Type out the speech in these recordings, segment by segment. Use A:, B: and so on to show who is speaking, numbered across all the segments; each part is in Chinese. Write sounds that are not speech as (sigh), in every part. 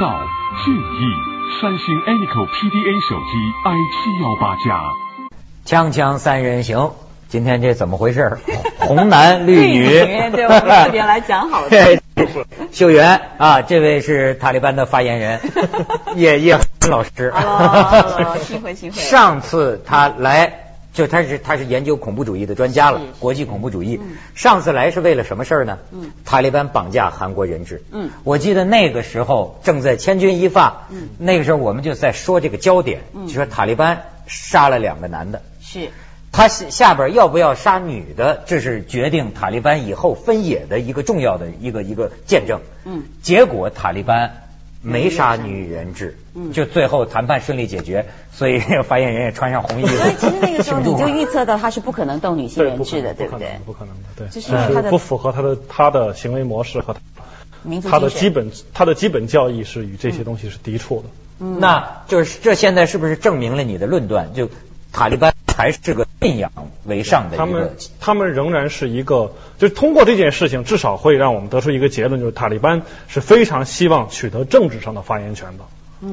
A: 致意，三星 Anico PDA 手机 i 七幺八加。
B: 锵锵三人行，今天这怎么回事？红 (laughs) 男绿女，
C: 对，我们特别来
B: (laughs)
C: 讲
D: (laughs)
C: 好的。
B: 对秀媛啊，这位是塔利班的发言人 (laughs) 叶叶芬老师。 (laughs)
C: 哦幸会幸会
B: 上次他来，就他是他是研究恐怖主义的专家了
C: 是，
B: 国际恐怖主义
C: 嗯。
B: 上次来是为了什么事儿呢？
C: 嗯
B: 塔利班绑架韩国人质。
C: 嗯
B: 我记得那个时候正在千钧一发。
C: 嗯
B: 那个时候我们就在说这个焦点，
C: 嗯
B: 就说塔利班杀了两个男的。
C: 是，
B: 他下下边要不要杀女的，这是决定塔利班以后分野的一个重要的一个一个见证。
C: 嗯
B: 结果塔利班没杀女人质，
C: 嗯
B: 就最后谈判顺利解决，所以 (laughs) 发言人也穿上红衣服。啊
C: 所以其实那
B: (laughs)
C: 个时候你
B: 庆
C: 就
B: 祝嘛
C: 预测到他是不可能动女性
D: 对，
C: 人
D: 不可
C: 质
D: 能
C: 的，对
D: 不
C: 不
D: 可能
C: 对？
D: 不可能的，对，
C: 这是因为他的
D: 不符合他的他的行为模式和他
C: 民族
D: 他的
C: 精神
D: 基本他的基本教义是与这些东西是抵触的。
C: 嗯
B: 那就是这现在是不是证明了你的论断？就塔利班还是个信仰为上的
D: 他
B: 一
D: 们
B: 个。
D: 他们仍然是一个，就通过这件事情，至少会让我们得出一个结论，就是塔利班是非常希望取得政治上的发言权的。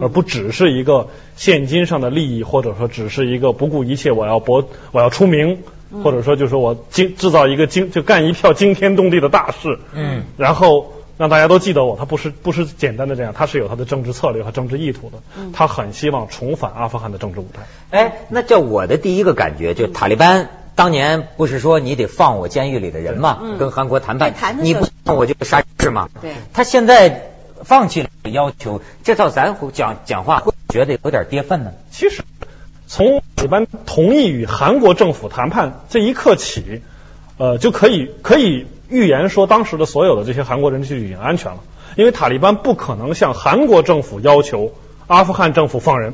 D: 而不只是一个现金上的利益，或者说只是一个不顾一切我要博我要出名，或者说就是我惊制造一个惊就干一票惊天动地的大事，
B: 嗯，
D: 然后让大家都记得我，他不是不是简单的这样，他是有他的政治策略和政治意图的，他很希望重返阿富汗的政治舞台。
B: 哎，那叫我的第一个感觉，就
C: 嗯
B: 塔利班当年不是说你得放我监狱里的人吗？
C: 嗯
B: 跟韩国谈判
C: 对谈，的
B: 你
C: 时候
B: 不放我就杀是吗？
C: 对
B: 他现在放弃了要求，这套咱讲讲话会觉得有点跌份呢。
D: 其实，从塔利班同意与韩国政府谈判这一刻起，呃，就可以可以预言说，当时的所有的这些韩国人就已经安全了，因为塔利班不可能向韩国政府要求阿富汗政府放人，
C: 哎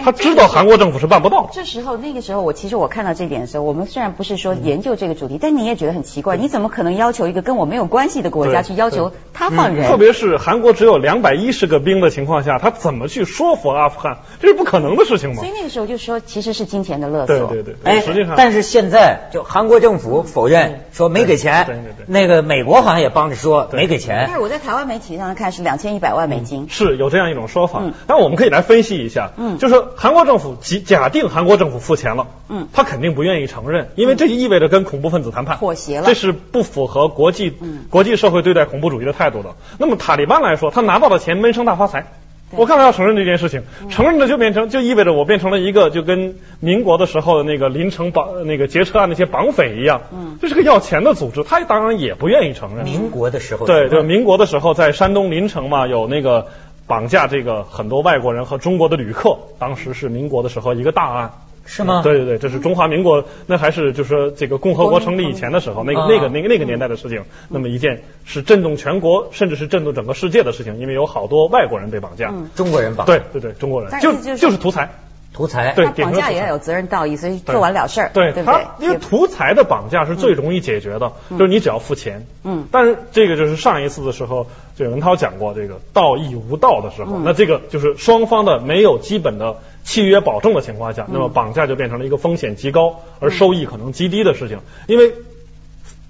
D: 他知道韩国政府是办不到的。
C: 这时候，那个时候，我其实我看到这点的时候，我们虽然不是说研究这个主题，但你也觉得很奇怪，你怎么可能要求一个跟我没有关系的国家
D: 对嗯
C: 去要求他放人？
D: 特别是韩国只有两百一十个兵的情况下，他怎么去说服阿富汗？这是不可能的事情嘛
C: 所以？那个时候就说，其实是金钱的勒
D: 对
C: 索。
D: 对对，对
B: 哎
D: 实际上，嗯
B: 但是现在就韩国政府否认说没给
D: 对
B: 钱
D: 对对，
B: 那个美国好像也帮着说没给
C: 但是
B: 钱。
C: 我在台湾媒体上看是两千一百万美金。
D: 是有这样一种说法
C: 嗯，
D: 但我们可以来分析一下，
C: 嗯
D: 就是韩国政府假假定韩国政府付钱了，
C: 嗯
D: 他肯定不愿意承认，因为这意味着跟恐怖分子谈判
C: 妥协了
D: 这是不符合国际
C: 嗯
D: 国际社会对待恐怖主义的态度的。那么塔利班来说，他拿到的钱闷声大发财。
C: 对嗯
D: 我干嘛要承认这件事情？承认了就变成，就意味着我变成了一个就跟民国的时候的那个林城绑那个劫车案那些绑匪一样，
C: 嗯
D: 这是个要钱的组织，他当然也不愿意承认。
B: 民国的时候
D: 对，就民国的时候，在山东临城嘛，有那个绑架这个很多外国人和中国的旅客，当时是民国的时候一个大案。
B: 是吗？
D: 对对对，这是中华民国，那还是就是说这个共和国成立以前的时候，那个那个那个那个年代的事情。那么一件是震动全国，甚至是震动整个世界的事情，因为有好多外国人被绑架。
C: 嗯
B: 中国人绑
D: 对对对，中国人
C: 但
D: 就是
C: 就是
D: 就是独裁。
B: 图财。
D: 对
C: 他绑架也要有责任道义，所以
D: 对
C: 做完了事儿，
D: 对
C: 不
D: 他，因为
C: 对？
D: 图财的绑架是最容易解决的，就是你只要付钱。
C: 嗯
D: 但是这个就是上一次的时候，这个文涛讲过这个道义无道的时候，
C: 嗯
D: 那这个就是双方的没有基本的契约保证的情况下，
C: 嗯
D: 那么绑架就变成了一个风险极高而收益可能极低的事情，因为。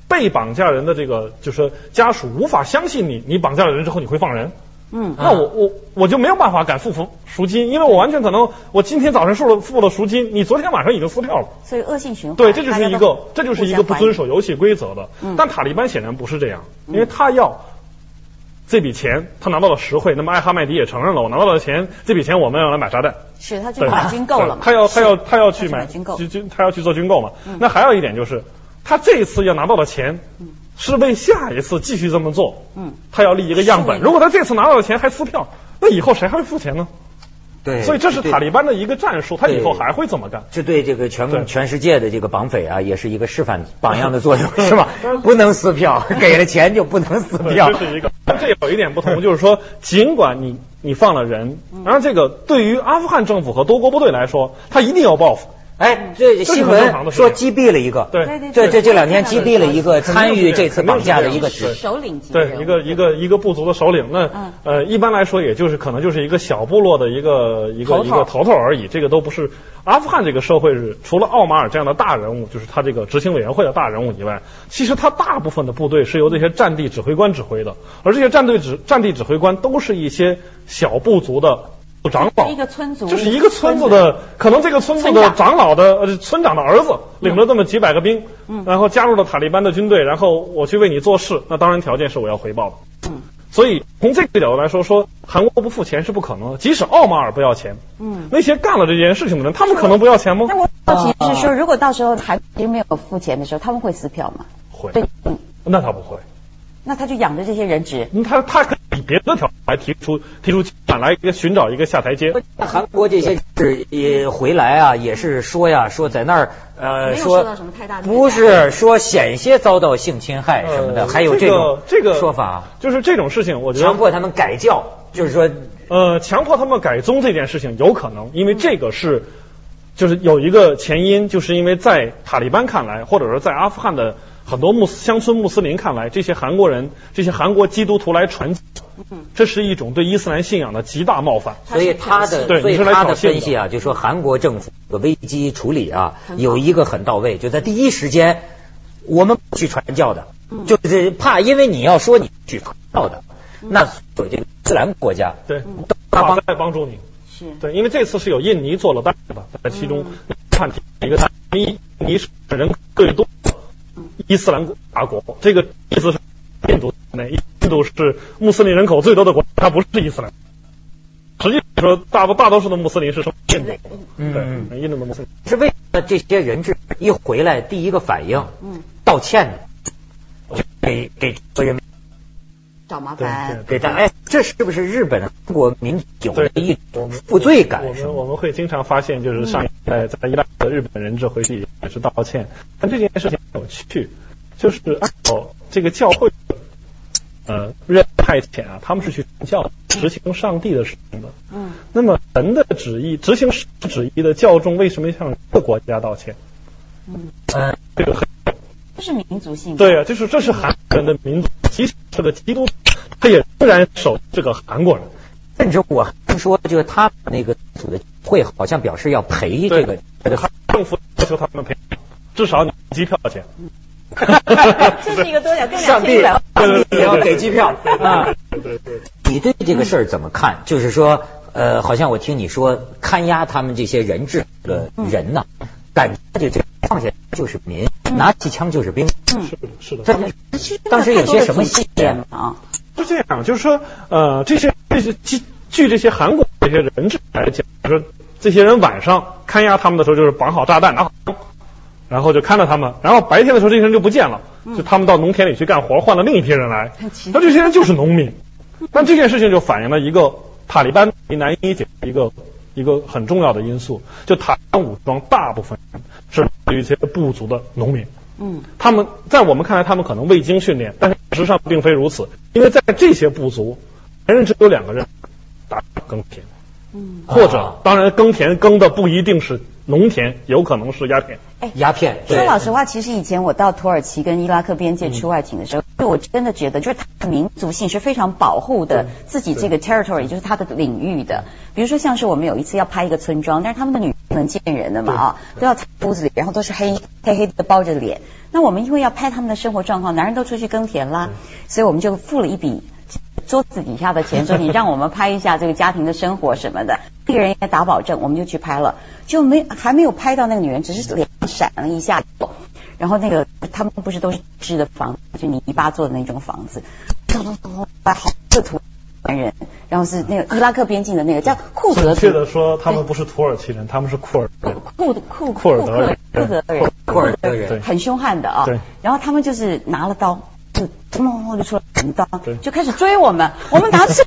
D: 被绑架人的这个就是家属无法相信你，你绑架了人之后你会放人，
C: 嗯，
B: 啊
D: 那我我我就没有办法敢付赎赎金，因为我完全可能我今天早上付了付了赎金，你昨天晚上已经撕票了。
C: 所以恶性循环。
D: 对，这就是一
C: 哎大家都
D: 个，这就是一个不遵守游戏规则的
C: 嗯。
D: 但塔利班显然不是这样，因为他要这笔钱，他拿到了实惠。那么艾哈迈迪也承认了，我拿到了钱，这笔钱我们要来买炸弹。
C: 是他去
D: 对，
C: 买军购了嘛？
D: 他要他要他要去
C: 他去买
D: 买
C: 军购嗯
D: 军军他要去做军购嘛。那还有一点就是，他这次要拿到的钱是为下一次继续这么做。
C: 嗯，
D: 他要立一个样本。
C: 是
D: 如果他这次拿到了钱还撕票，那以后谁还会付钱呢？
B: 对
D: 所以这是塔利班的一个战术，他以后
B: 对
D: 还会这么干。
B: 这对这个全
D: 对
B: 全世界的这个绑匪啊，也是一个示范榜样的作用，是吧？不能撕票，给了钱就不能撕
D: 对，
B: 票。
D: 这是一个，这有一点不同，就是说，尽管你你放了人，然后这个对于阿富汗政府和多国部队来说，他一定有报复，
B: 哎，这
D: 这是
B: 新
D: 很正常
B: 闻
D: 的事
B: 说
D: 情
B: 击毙了一个，
D: 对
C: 对对
B: 这这这两天
C: 对
B: 击
C: 对
B: 毙了一个参与这次绑架的一个
D: 是
B: 指
C: 首领级的
D: 对
C: 人物
D: 一个一个一个部族的首领，那、
C: 嗯
D: 呃一般来说也就是可能就是一个小部落的一个一个
C: 头头
D: 一个头头而已，这个都不是阿富汗这个社会是除了奥马尔这样的大人物，就是他这个执行委员会的大人物以外，其实他大部分的部队是由这些战地指挥官指挥的，而这些战队指战地指挥官都是一些小部族的长老，
C: 一个村族
D: 就是一个村子的，可能这个村子
C: 村
D: 的
C: 长
D: 长老的呃村长的儿子领着这么几百个兵，
C: 嗯
D: 然后加入了塔利班的军队，然后我去为你做事，那当然条件是我要回报的。
C: 嗯
D: 所以从这个角度来说，说韩国不付钱是不可能的，即使奥马尔不要钱，
C: 嗯。
D: 那些干了这件事情的人，他们啊可能不要钱吗？
C: 那我好奇是说，如果到时候韩国没有付钱的时候，他们会撕票吗？
D: 会，
C: 对，嗯，
D: 那他不会，
C: 那他就养着这些人质。
D: 嗯他他可以以别的条件来提出提出来一个寻找一个下台阶。
B: 那韩国这些是也回来啊，也是说呀，说在那儿呃
C: 没有
B: 说
C: 受到什么太大的
B: 不是说险些遭到性侵害什么的，
D: 呃
B: 还有
D: 这
B: 种
D: 个这个
B: 说法，啊
D: 就是这种事情，我觉得
B: 强迫他们改教，就是说
D: 呃，强迫他们改宗这件事情有可能，因为这个是就是有一个前因，就是因为在塔利班看来，或者是在阿富汗的很多穆斯乡村穆斯林看来，这些韩国人、这些韩国基督徒来传教，
C: 嗯
D: 这是一种对伊斯兰信仰的极大冒犯。
B: 所以他的
D: 对
B: 所以
D: 你是来
B: 他的
D: 挑衅的
B: 分析啊，就说韩国政府的危机处理啊，有一个很到位，就在第一时间，我们不去传教的，
C: 嗯
B: 就是怕因为你要说你去传教的，那所有这个自然国家
D: 对，
B: 都大
D: 大法
B: 帮
D: 在帮助你。
C: 是
D: 对，因为这次是有印尼做了担子的，在其中看一个单印尼是人口最多的伊斯兰大国，这个意思是印度在内，印度是穆斯林人口最多的国家，它不是伊斯兰。实际说，大多大多数的穆斯林是生活在印度的，
B: 嗯，
D: 对，印度的穆斯林。
B: 是为了这些人质一回来，第一个反应
C: 嗯，
B: 道歉，就给给中国人民
C: 找麻
D: 对
C: 烦。
B: 给大哎，这是不是日本韩国民有的
D: 对
B: 一
D: 我
B: 种
D: 们嗯
B: 负罪感
D: 我？
B: 是吗
D: 们我们会经常发现，就是上一代在伊拉克的日本人质回去也是道歉，但这件事情很有趣，就是按照这个教会的呃任派遣啊，他们是去传教的执行上帝的使命的。
C: 嗯，
D: 那么神的旨意，执行神的旨意的教众为什么向各国家道歉？
C: 嗯，
B: 嗯
D: 这个很
C: 这是民族性。
D: 对啊，就是这是韩国人的民族，即使是个基督徒，他也仍然守这个韩国人。
B: 甚至我还听说，就是他们那个组的会好像表示要赔这个这
D: (laughs)
B: 个。
D: 政府要求他们赔，至少你机票钱。啊
C: 这是一个多少？多两
B: 上帝
C: 千两。，
B: 上帝也要给机票啊！
D: 对对对。
B: 你对这个事儿怎么看？就是说，呃，好像我听你说看押他们这些人质的人呢，感觉就这放下就是民，拿起枪就是兵。
D: 是的，是的，
B: 这当时有些什么细
C: 细节
B: 节？
C: 啊？
D: 是这样，就是说，呃，这些这些据据这些韩国这些人质来讲，就是这些人晚上看押他们的时候，就是绑好炸弹，拿好枪，然后就看着他们，然后白天的时候，这些人就不见了，就他们到农田里去干活，换了另一批人来
C: 很奇，怪
D: 那这些人就是农民。但这件事情就反映了一个塔利班难以解决一个一个很重要的因素，就塔利班武装大部分人是来自于一些部族的农民。
C: 嗯
D: 他们在我们看来，他们可能未经训练，但是事实上并非如此，因为在这些部族，男人只有两个人打耕田，
C: 嗯。
D: 或者当然耕田耕的不一定是农田，有可能是鸦片。
B: 鸦片，
C: 说老实话，其实以前我到土耳其跟伊拉克边界出外景的时候，就我真的觉得，就是它的民族性是非常保护的自己这个 territory，就是它的领域的。比如说，像是我们有一次要拍一个村庄，但是他们的女不能见人的嘛啊，都要藏屋子里，然后都是黑黑黑的包着脸。那我们因为要拍他们的生活状况，男人都出去耕田啦，所以我们就付了一笔桌子底下的钱，说你让我们拍一下这个家庭的生活什么的。那个人也打保证，我们就去拍了，就没还没有拍到那个女人，只是脸闪了一下。然后那个他们不是都是制的房子，就泥巴做的那种房子，咚咚咚咚，把好多图男人，然后是那个伊拉克边境的那个叫库德
D: 准
C: 族
D: 确的说，他们不是土耳其人，他们是库尔德人。
C: 库库
D: 库尔德人
C: 库德人，
B: 库尔德人
C: 很凶悍的啊
D: 对。
C: 然后他们就是拿了刀，就咚咚咚就出来砍刀
D: 对，
C: 就开始追我们，我们拿着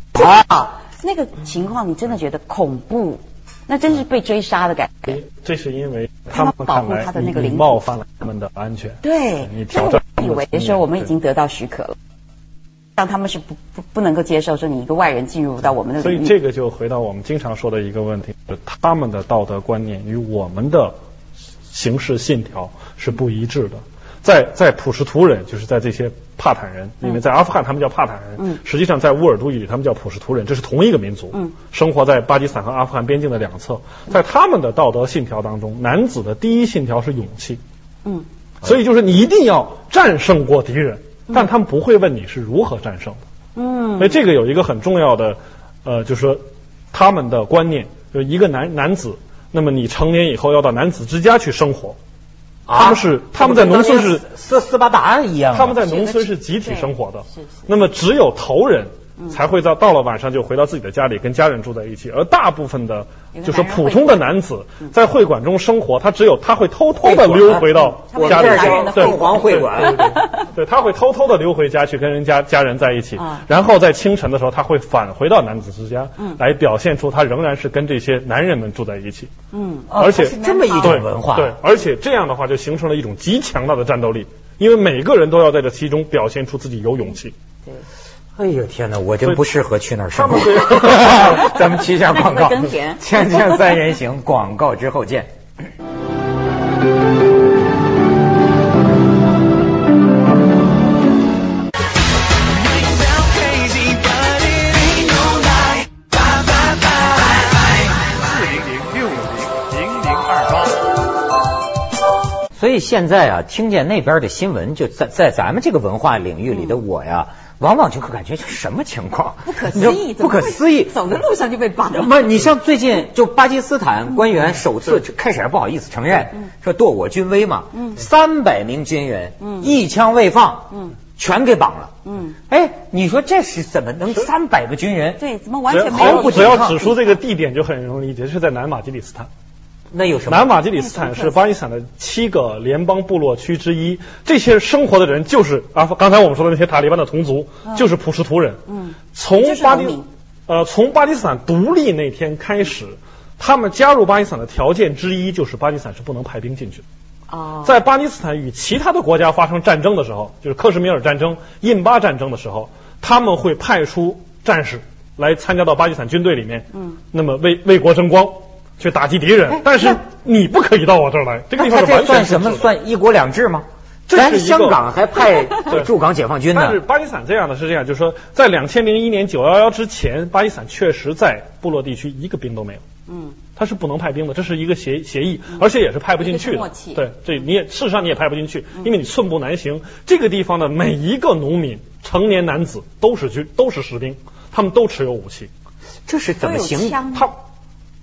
C: 啊，那个情况你真的觉得恐怖，那真是被追杀的感觉。
D: 这是因为
C: 他
D: 他
C: 们
D: 们
C: 保
D: 看
C: 护
D: 来
C: 他的那
D: 你
C: 个
D: 你
C: 领土
D: 冒犯了他们的安全。
C: 对所
D: 你，
C: 以
D: 挑战
C: 我以为
D: 对
C: 说我们已经得到许可了，但他们是不不不能够接受说你一个外人进入到我们的
D: 所
C: 领
D: 以
C: 域。
D: 这个就回到我们经常说的一个问题，就是他们的道德观念与我们的形式信条是不一致的。在在普什图人，就是在这些帕坦人，因为在阿富汗他们叫帕坦人，
C: 嗯
D: 实际上在乌尔都语里他们叫普什图人，这是同一个民族，
C: 嗯
D: 生活在巴基斯坦和阿富汗边境的两侧，在他们的道德信条当中，男子的第一信条是勇气，
C: 嗯
D: 所以就是你一定要战胜过敌人，但他们不会问你是如何战胜的。所以
C: 嗯
D: 这个有一个很重要的，呃，就是说他们的观念，就是一个男男子，那么你成年以后要到男子之家去生活，
B: 啊
D: 他们是他们在农村是
B: 斯斯巴达一样啊，
D: 他们在农村是集体生活的
C: 是是，
D: 那么只有头人。才会到到了晚上就回到自己的家里跟家人住在一起，而大部分的
C: 有个
D: 就说
C: 男人
D: 普
C: 会
D: 通的男子在会馆中生活，他只有他会偷偷
B: 会
D: 的
B: 馆
D: 溜回到
C: 嗯
D: 家里
C: 他们这儿叫
D: 去，对
B: 凤凰会馆
D: 对对对对对，他会偷偷的溜回家去跟人家家人在一起
C: 啊，
D: 然后在清晨的时候，他会返回到男子之家
C: 嗯，
D: 来表现出他仍然是跟这些男人们住在一起，
C: 嗯
B: 哦
D: 而且
B: 它是这么一
D: 对
B: 种文化，
D: 对，而且这样的话就形成了一种极强大的战斗力，因为每个人都要在这其中表现出自己有勇气。
C: 对，
B: 哎呦天哪，我真不适合去那儿生活
D: 所以他
B: (laughs)
D: 们。
B: 咱们去一下广告，
C: 那你会
B: (laughs)
C: 耕田
B: 锵锵三人行，广告之后见。
E: 四零零六五零零零二八。
B: 所以现在啊，听见那边的新闻，就在在咱们这个文化领域里的我呀，往往就感觉这什么情况？
C: 嗯不可
B: 你知道
C: 思议，
B: 不可思议。
C: 走在路上就被绑了。
B: 不是，你像最近就巴基斯坦官员首次开始还不好意思承认，说堕我军威嘛，
C: 嗯
B: 三百名军人，
C: 嗯
B: 一枪未放，
C: 嗯
B: 全给绑了，
C: 嗯，
B: 哎，你说这是怎么能三百个军人？
C: 对，怎么完
D: 只
C: 全
D: 要
C: 没有
B: 毫不
D: 呃只要指
C: 抵
D: 出这个地点就很容易理解，是在南马基里斯坦。
B: 那有什么？
D: 南马基里斯
C: 嗯
D: 坦是巴基斯坦的七个联邦部落区之一，这些生活的人就是啊，刚才我们说的那些塔利班的同族，就是普什图人。
C: 嗯，
D: 从
C: 就是
D: 巴
C: 农
D: 基
C: 民
D: 呃从巴基斯坦独立那天开始，他们加入巴基斯坦的条件之一就是巴基斯坦是不能派兵进去的。
C: 哦，
D: 在巴基斯坦与其他的国家发生战争的时候，就是克什米尔战争、印巴战争的时候，他们会派出战士来参加到巴基斯坦军队里面，
C: 嗯，
D: 那么为为国争光，去打击敌人。但是你不可以到我这儿来，这个
B: 哎那
D: 地方
B: 他
D: 是
B: 这
D: 完
B: 算
D: 全
B: 什
D: 不
B: 么？
D: 制的
B: 算一国两制吗？
D: 这是一
B: 咱
D: 个
B: 香港还
D: (laughs)
B: 派驻港解放军呢
D: 但是。巴基斯坦这样的是这样，就是说，在两千零一年九幺幺之前，巴基斯坦确实在部落地区一个兵都没有。
C: 嗯
D: 他是不能派兵的，这是一个协协议，而且也是派不进去
C: 一个默
D: 的
C: 契。
D: 对，这你也事实上你也派不进去，因为你寸步难行。这个地方的每一个农民，成年男子都是军，都是士兵，他们都持有武器。
B: 这是怎么
C: 都有
B: 行
C: 枪
D: 他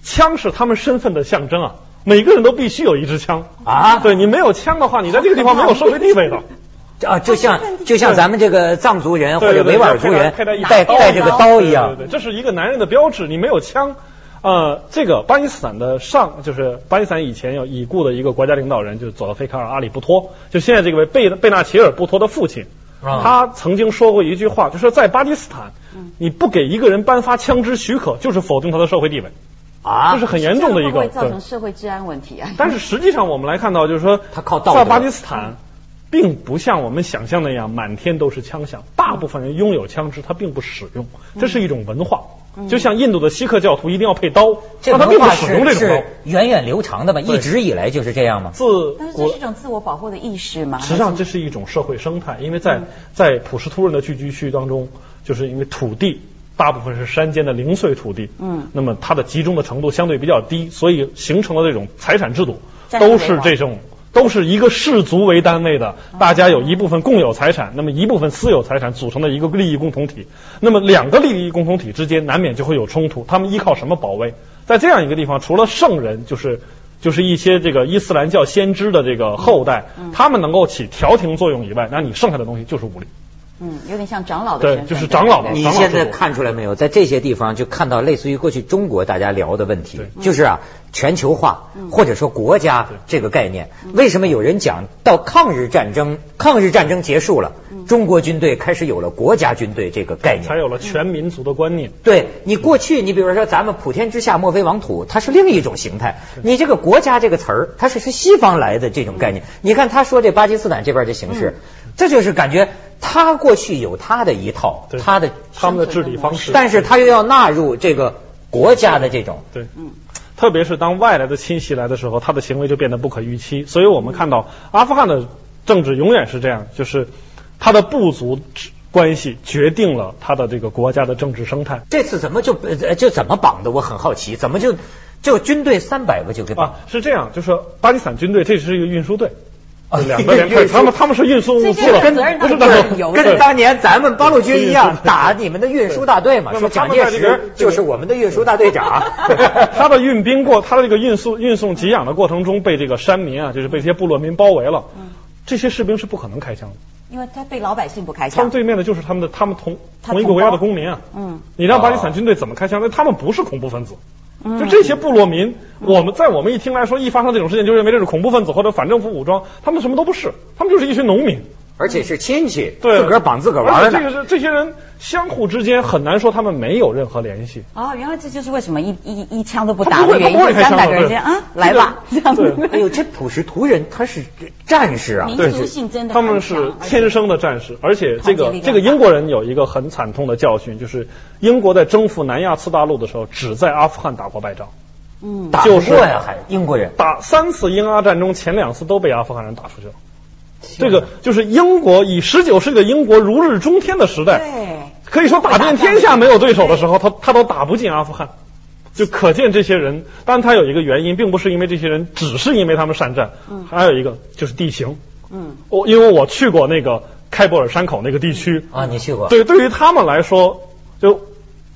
D: 枪是他们身份的象征啊，每个人都必须有一支枪
B: 啊
D: 对你没有枪的话，你在这个地方没有社会地位的。
B: 啊？就像就像咱们这个藏族人或者维吾尔族人
D: 佩戴一把
B: 带带这个刀一
D: 啊对
B: 样，
D: 对对，这是一个男人的标志。你没有枪，呃，这个巴基斯坦的上就是巴基斯坦以前有已故的一个国家领导人，就是佐洛菲卡尔阿里布托，就现在这个贝贝纳齐尔布托的父亲。
B: 啊嗯
D: 他曾经说过一句话，就说在巴基斯坦，你不给一个人颁发枪支许可，就是否定他的社会地位，
B: 啊，
D: 这是很严重的
C: 这
D: 一
C: 样会
D: 个。
C: 不会造成
D: 对
C: 社会治安问题啊？
D: 但是实际上，我们来看到，就是说，
B: 他靠道德
D: 在巴基斯坦，并不像我们想象那样满天都是枪响，大部分人拥有枪支，他并不使用，
B: 嗯
D: 这是一种文化。就像印度的锡克教徒一定要配刀，
B: 这
D: 但他
B: 文
D: 并不
B: 化
D: 使用
B: 是
D: 这种刀
B: 是。源远流长的嘛，一直以来就是这样嘛。
D: 自
C: 但是这
D: 古
C: 是一种自我保护的意识
B: 嗯
C: 嘛？
D: 实际上这是一种社会生态，因为在在普什图人的聚居区当中，就是因为土地大部分是山间的零碎土地，
C: 嗯
D: 那么它的集中的程度相对比较低，所以形成了这种财产制度，
C: 占有为
D: 都
C: 王
D: 是这种。都是一个氏族为单位的，大家有一部分共有财产，那么一部分私有财产组成的一个利益共同体。那么两个利益共同体之间难免就会有冲突，他们依靠什么保卫？在这样一个地方，除了圣人，就是就是一些这个伊斯兰教先知的这个后代，他们能够起调停作用以外，那你剩下的东西就是武力。
C: 嗯，有点像长老的
D: 对
C: 身份
D: 就是长老
C: 对不对
B: 你
D: 长老
B: 现在
D: 制度
B: 看出来没有，在这些地方就看到类似于过去中国大家聊的问题，就是啊全球化或者说国家这个概念。为什么有人讲到抗日战争，抗日战争结束了，中国军队开始有了国家军队这个概
D: 才
B: 念？
D: 有了全民族的观念。
B: 对你过去，你比如说咱们普天之下莫非王土，它是另一种形态。你这个国家这个词儿，它是是西方来的这种概念。
D: 嗯
B: 你看他说这巴基斯坦这边的形式，这就是感觉他过去有他的一套，
D: 对
B: 他的
D: 他们的治理方式，
B: 但是他又要纳入这个国家的这种，
D: 对，特别是当外来的侵袭来的时候，他的行为就变得不可预期。所以我们看到阿富汗的政治永远是这样，就是他的部族关系决定了他的这个国家的政治生态。
B: 这次怎么就呃就怎么绑的？我很好奇，怎么就就军队三百个就给绑
D: 啊？，是这样，就是巴基斯坦军队这是一个运输 (laughs) 队，就啊两个连队，他们他们是运输物
F: 这
D: 资
F: 这
D: 的，
F: 个责任
D: 不是
F: 到底
D: 那
F: 是
D: 种
F: 由
B: 跟当年咱们八路军一样
D: 对
B: 打你们的运输大队嘛，
D: 对
B: 说蒋介
D: 那么他们在这
B: 石
D: 个
B: 就是我们的运输大队长。
D: (laughs) 他的运兵过，他的这个运送运送给养的过程中，被这个山民啊，就是被这些部落民包围了。这些士兵是不可能开枪的，
C: 因为他对老百姓不开
D: 他
C: 枪。
D: 们对面的就是他们的他们同
C: 他
D: 同一个
C: 同胞
D: 国家的公民啊。
C: 嗯，
D: 你让巴基斯坦军队怎么开枪？那他们不是恐怖分子。
C: 嗯
D: 就这些部落民，我们在我们一听来说，一发生这种事情就认为这是恐怖分子或者反政府武装，他们什么都不是，他们就是一群农民。
B: (laughs) 而且是亲戚，
D: 对，
B: 自个儿绑自个儿玩
D: 而
B: 儿
D: 且
B: 呢
D: 这。个是这些人相互之间很难说他们没有任何联系。
C: 哦，原来这就是为什么一一一枪都不
D: 他
C: 打
D: 不
C: 的
D: 会
C: 原因，
D: 他不会
C: 就
D: 开
C: 三
D: 枪
C: 百
D: 的
C: 个人之间
D: 对
C: 啊，来吧，这
D: 对
C: 样子。
D: 对
B: 哎呦，这普什图人他是战士啊
C: 民，
D: 对
C: 族性真的
D: 他们
C: 很强
D: 是
C: 而且
D: 天生的战士，而且这
C: 团结
D: 个
C: 力量
D: 这个英国人有一个很惨痛的教训，就是英国在征服南亚次大陆的时候，只在阿富汗打过败仗，
C: 嗯，
B: 打不过呀，还英国人。
D: 打三次英阿战中，前两次都被阿富汗人打出去了。这个就是英国以十九世纪的英国如日中天的时代，
C: 对，
D: 可以说打遍天下没有对手的时候，他他都打不进阿富汗。就可见这些人，当然他有一个原因，并不是因为这些人，只是因为他们善战，还有一个就是地形。
C: 嗯，
D: 我因为我去过那个开伯尔山口那个地区，
B: 啊，你去过？
D: 对，对于他们来说，就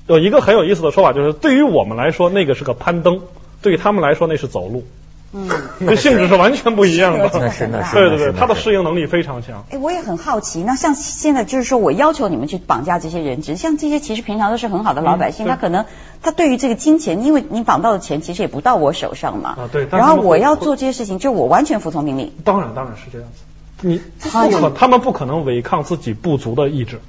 D: 有一个很有意思的说法，就是对于我们来说，那个是个攀登；对于他们来说，那是走路， (laughs)
C: 嗯，
D: 这性质是完全不一样的。
B: 那是那是
D: 对
B: 那
D: 对
B: 是
D: 对，
B: 那
D: 他的
B: 是
D: 适应能力非常强。
C: 哎，我也很好奇，那像现在就是说我要求你们去绑架这些人质，像这些其实平常都是很好的老百姓，
D: 嗯对
C: 他可能他对于这个金钱，因为你绑到的钱其实也不到我手上嘛，
D: 啊对但
C: 然后
D: 他们
C: 我
D: 会
C: 要做这些事情，就我完全服从命令，
D: 当然，当然是这样子。你
C: 他
D: 他
C: 有
D: 可他们不可能违抗自己部族的意志，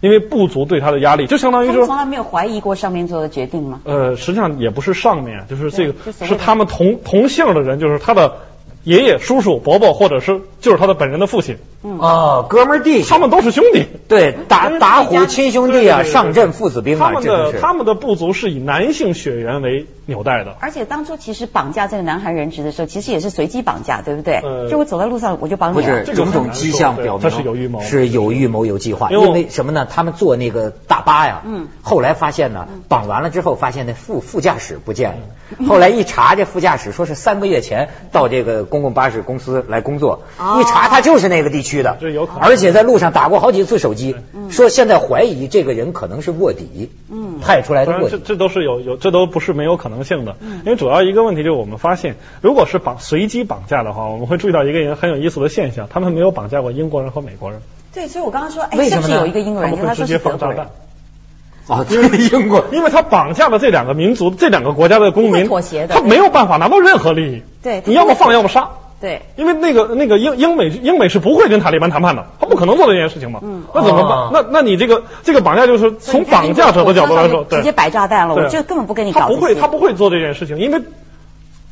D: 因为部族对他的压力，就相当于
C: 他
D: 就
C: 们
D: 是
C: 从来没有怀疑过上面做的决定吗？
D: 呃，实际上也不是上面，就是这
C: 对就所
D: 个
C: 谓
D: 是
C: 的
D: 他们同同姓的人，就是他的爷爷、叔叔、伯伯，或者是就是他的本人的父亲，
B: 哦，哥们儿弟
D: 他
B: 兄，
D: 们都是兄弟。
B: 对
D: 因
B: 打
D: 为
B: 打
D: 自己家
B: 虎亲兄弟啊，
D: 对对对对
B: 上阵父子兵
D: 他
B: 啊，
D: 们
B: 真的
D: 的
B: 是。
D: 他们的部族是以男性血缘为纽带的。
C: 而且当初其实绑架这个南韩人质的时候，其实也是随机绑架，对不对？
D: 呃
C: 就我走在路上我就绑你
B: 不
C: 啊
B: 是
C: 了。
D: 这个
B: 种
D: 很
B: 种
D: 难
B: 迹
D: 说
B: 象
D: 对
B: 表明，
D: 他是有预谋
B: 是有预谋有计划。
D: 因为
B: 因
D: 我
B: 为什么呢？他们坐那个大巴呀，
C: 嗯
B: 后来发现呢，
D: 嗯
B: 绑完了之后发现那副副驾驶不见了。后来一查，这副驾驶说是三个月前到这个公共巴士公司来工作，
C: 哦
B: 一查他就是那个地区的，
D: 这有可能嗯
B: 而且在路上打过好几次手机，说现在怀疑这个人可能是卧底，
C: 嗯
B: 派出来
D: 当
B: 的
D: 然
B: 卧
D: 这
B: 底。
D: 这都是有有，这都不是没有可能性的。
C: 嗯
D: 因为主要一个问题就是我们发现，如果是绑随机绑架的话，我们会注意到一个很有意思的现象，他们没有绑架过英国人和美国人，
C: 对，所以我刚刚说，哎，
B: 为什么
C: 是不
B: 呢
C: 是有一个英国人，
D: 他们
C: 就他
D: 会
C: 说
D: 直接
C: 是德
D: 放
C: 国
D: 炸
C: 人
D: 弹，。
B: 啊，这个英国
D: 因为他绑架了这两个民族、这两个国家的公
C: 不会
D: 民，
C: 妥协的
D: 他没有办法拿到任何利益。
C: 对他
D: 你要
C: 不
D: 么
C: 会
D: 放，要么杀。
C: 对，
D: 因为那个那个英英美英美是不会跟塔利班谈判的，他不可能做这件事情嘛。
C: 嗯
D: 那怎么办？
B: 哦
D: 那那你这个这个绑架就是从绑架者的角度来说，对
C: 直接摆炸弹了，
D: 对
C: 我就根本不跟你
D: 他
C: 搞
D: 不
C: 这
D: 会
C: 些。
D: 他不会做这件事情，因为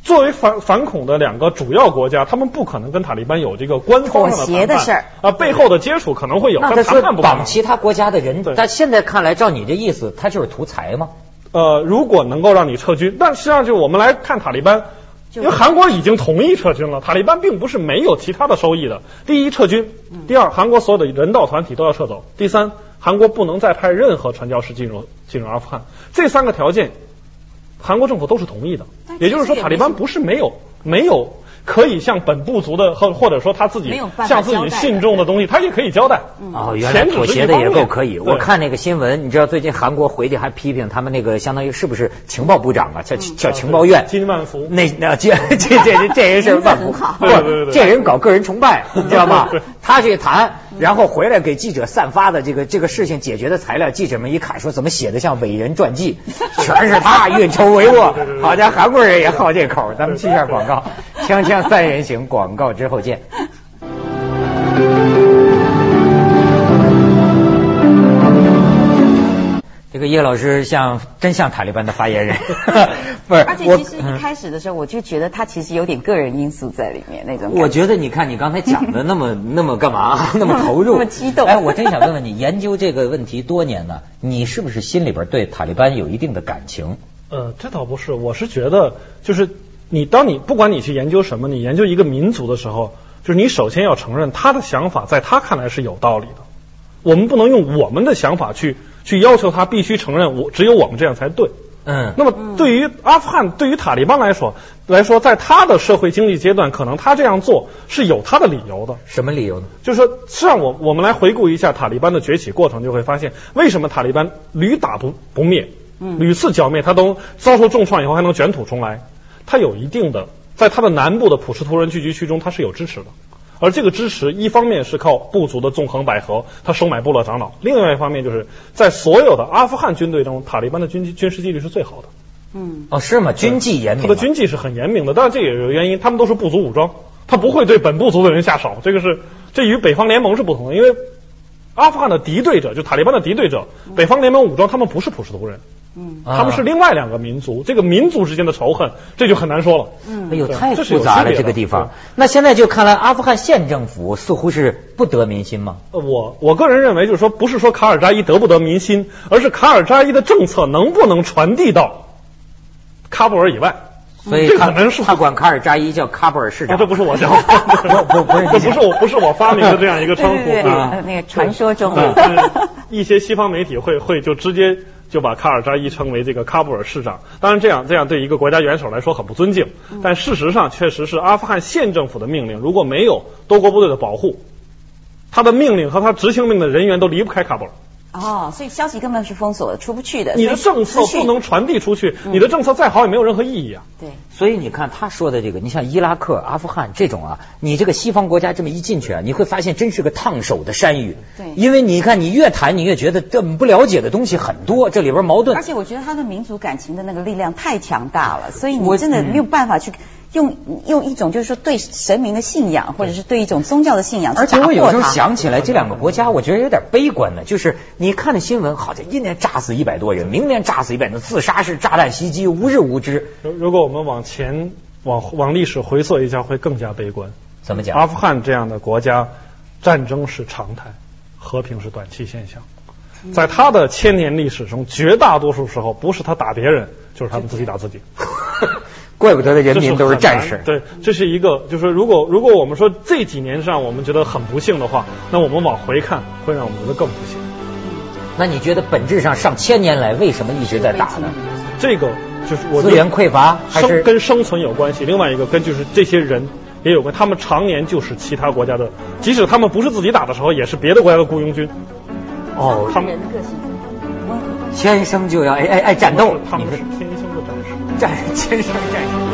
D: 作为反反恐的两个主要国家，他们不可能跟塔利班有这个官方
C: 妥
D: 上
C: 协的
D: 的谈判
C: 事儿
D: 啊，背后的接触可能会有，
B: 那他
D: 但谈
B: 说
D: 判不可能
B: 绑。其他国家的人
D: 对，
B: 但现在看来，照你这意思，他就是图财吗？
D: 呃，如果能够让你撤军，但实际上就我们来看塔利班，
C: 就
D: 因为韩国已经同意撤军了，塔利班并不是没有其他的收益的。第一，撤军；
F: 嗯
D: 第二，韩国所有的人道团体都要撤走；第三，韩国不能再派任何传教士进入进入阿富汗。这三个条件，韩国政府都是同意的
C: 但。
D: 也就是说，塔利班不是没有没有可以向本部族的或或者说他自己
F: 没有办法
D: 向自
F: 交
D: 己
F: 代的嗯
D: 信众的东西，他也可以交代。
B: 哦，原来妥协的也够可以。
D: 对
B: 我看那个新闻，你知道最近韩国回去还批评他们那个相当于是不是情报部长啊，叫叫情报院。
D: 金万福
B: 那那这这这这人是万不
C: 名字很好
B: 不
D: 对对对对
B: 这人搞个人崇
D: (laughs)
B: 拜，你知道吧
D: 对？
B: 他去谈，然后回来给记者散发的这个这个事情解决的材料，记者们一看说怎么写的像伟人传记，全是他运筹帷幄
D: 对对对。对
B: 好家伙，韩国人也好这口儿。咱们去一下广告，锵锵三人行，广告之后见。这个叶老师像真像塔利班的发言
C: (laughs)
B: 人，不 (laughs) 是
C: 而且
B: 我
C: 其实
B: 嗯
C: 一开始的时候，我就觉得他其实有点个人因素在里面那种感觉。
B: 我觉得你看你刚才讲的那么那么干嘛， (laughs) 那么投入，
C: 那么激动
B: 哎，我真想问问你，研究这个问题多年呢，你是不是心里边对塔利班有一定的感情？
D: 呃，这倒不是，我是觉得就是你当你不管你去研究什么，你研究一个民族的时候，就是你首先要承认他的想法在他看来是有道理的。我们不能用我们的想法去去要求他必须承认我只有我们这样才对。
B: 嗯，
D: 那么对于阿富汗，对于塔利班来说，来说在他的社会经济阶段，可能他这样做是有他的理由的。
B: 什么理由呢？
D: 就是说，实际上我我们来回顾一下塔利班的崛起过程，就会发现为什么塔利班屡打不不灭，屡次剿灭，他都遭受重创以后还能卷土重来，他有一定的在他的南部的普什图人聚集区中，他是有支持的。而这个支持，一方面是靠部族的纵横捭阖，他收买部落长老；另外一方面就是在所有的阿富汗军队中，塔利班的军军事纪律是最好的。
C: 嗯，
B: 哦，是吗？军纪严明
D: 他
B: 啊。
D: 的军纪是很严明的，当然这也有原因，他们都是部族武装，他不会对本部族的人下手，这个是这与北方联盟是不同的，因为阿富汗的敌对者就塔利班的敌对者，北方联盟武装他们不是普什图人，
C: 嗯
B: 啊
D: 他们是另外两个民族，这个民族之间的仇恨这就很难说了。
B: 哎呦，
D: 对
B: 太
D: 嗯这是有
B: 复杂
D: 区
B: 了
D: 别的
B: 这个地方。那现在就看来，阿富汗县政府似乎是不得民心吗？
D: 呃我我个人认为，就是说，不是说卡尔扎伊得不得民心，而是卡尔扎伊的政策能不能传递到喀布尔以外。
B: 所以
D: 这个
B: 他
D: 很难说
B: 他管卡尔扎伊叫喀布尔市
D: 啊
B: 长，
D: 这不是我讲，
B: 不 (laughs) 不不是
D: (laughs) 这不是我不是我发明的这样一个
C: 对
D: 称呼
C: 对对，
D: 啊
C: 呃那个传说中
D: 对，
C: 的， (laughs)
D: 但是一些西方媒体会会就直接就把卡尔扎伊称为这个喀布尔市长。当然，这样这样对一个国家元首来说很不尊敬，
C: 嗯
D: 但事实上确实是阿富汗县政府的命令，如果没有多国部队的保护，他的命令和他执行命令的人员都离不开喀布尔。
C: 哦，所以消息根本是封锁的，出不去的。
D: 你的
C: 所以
D: 政策
C: 资讯
D: 不能传递出去，你的政策再好也没有任何意义啊。
C: 对，
B: 所以你看他说的这个，你像伊拉克、阿富汗这种啊，你这个西方国家这么一进去啊，你会发现真是个烫手的山芋。
C: 对
B: 因为你看你越谈，你越觉得这不了解的东西很多，这里边矛盾
C: 而。且我觉得他的民族感情的那个力量太强大了，所以
B: 我嗯
C: 你真的没有办法去用用一种就是说对神明的信仰，或者是对一种宗教的信仰去
B: 而
C: 打
B: 且我有
C: 破
B: 时候
C: 它。
B: 想起来，这两个国家，我觉得有点悲观呢。就是你看的新闻，好像今年炸死一百多人，明年炸死一百多，自杀式炸弹袭击无日无之。
D: 如如果我们往前往往历史回溯一下，会更加悲观。
B: 怎么讲？
D: 阿富汗这样的国家，战争是常态，和平是短期现象。在他的千年历史中，绝大多数时候不是他打别人，就是他们自己打自己。
B: 怪不得 (laughs) 人民都是
D: 这很
B: 战
D: 难
B: 士。
D: 对，这是一个，就是如果如果我们说这几年上我们觉得很不幸的话，那我们往回看会让我们觉得更不幸。
B: 那你觉得本质上上千年来为什么一直在打呢？
D: 这个就是我觉
B: 资
D: 得
B: 源匮乏还
D: 生
B: 是
D: 跟生存有关系，另外一个跟就是这些人也有关，他们常年就是其他国家的，即使他们不是自己打的时候，也是别的国家的雇佣军。
B: 哦，
D: 他们
B: 天生就要爱爱爱战斗，
D: 他
B: 哎你
D: 们是
B: 是
D: 天生的战士。
B: 战天生战士。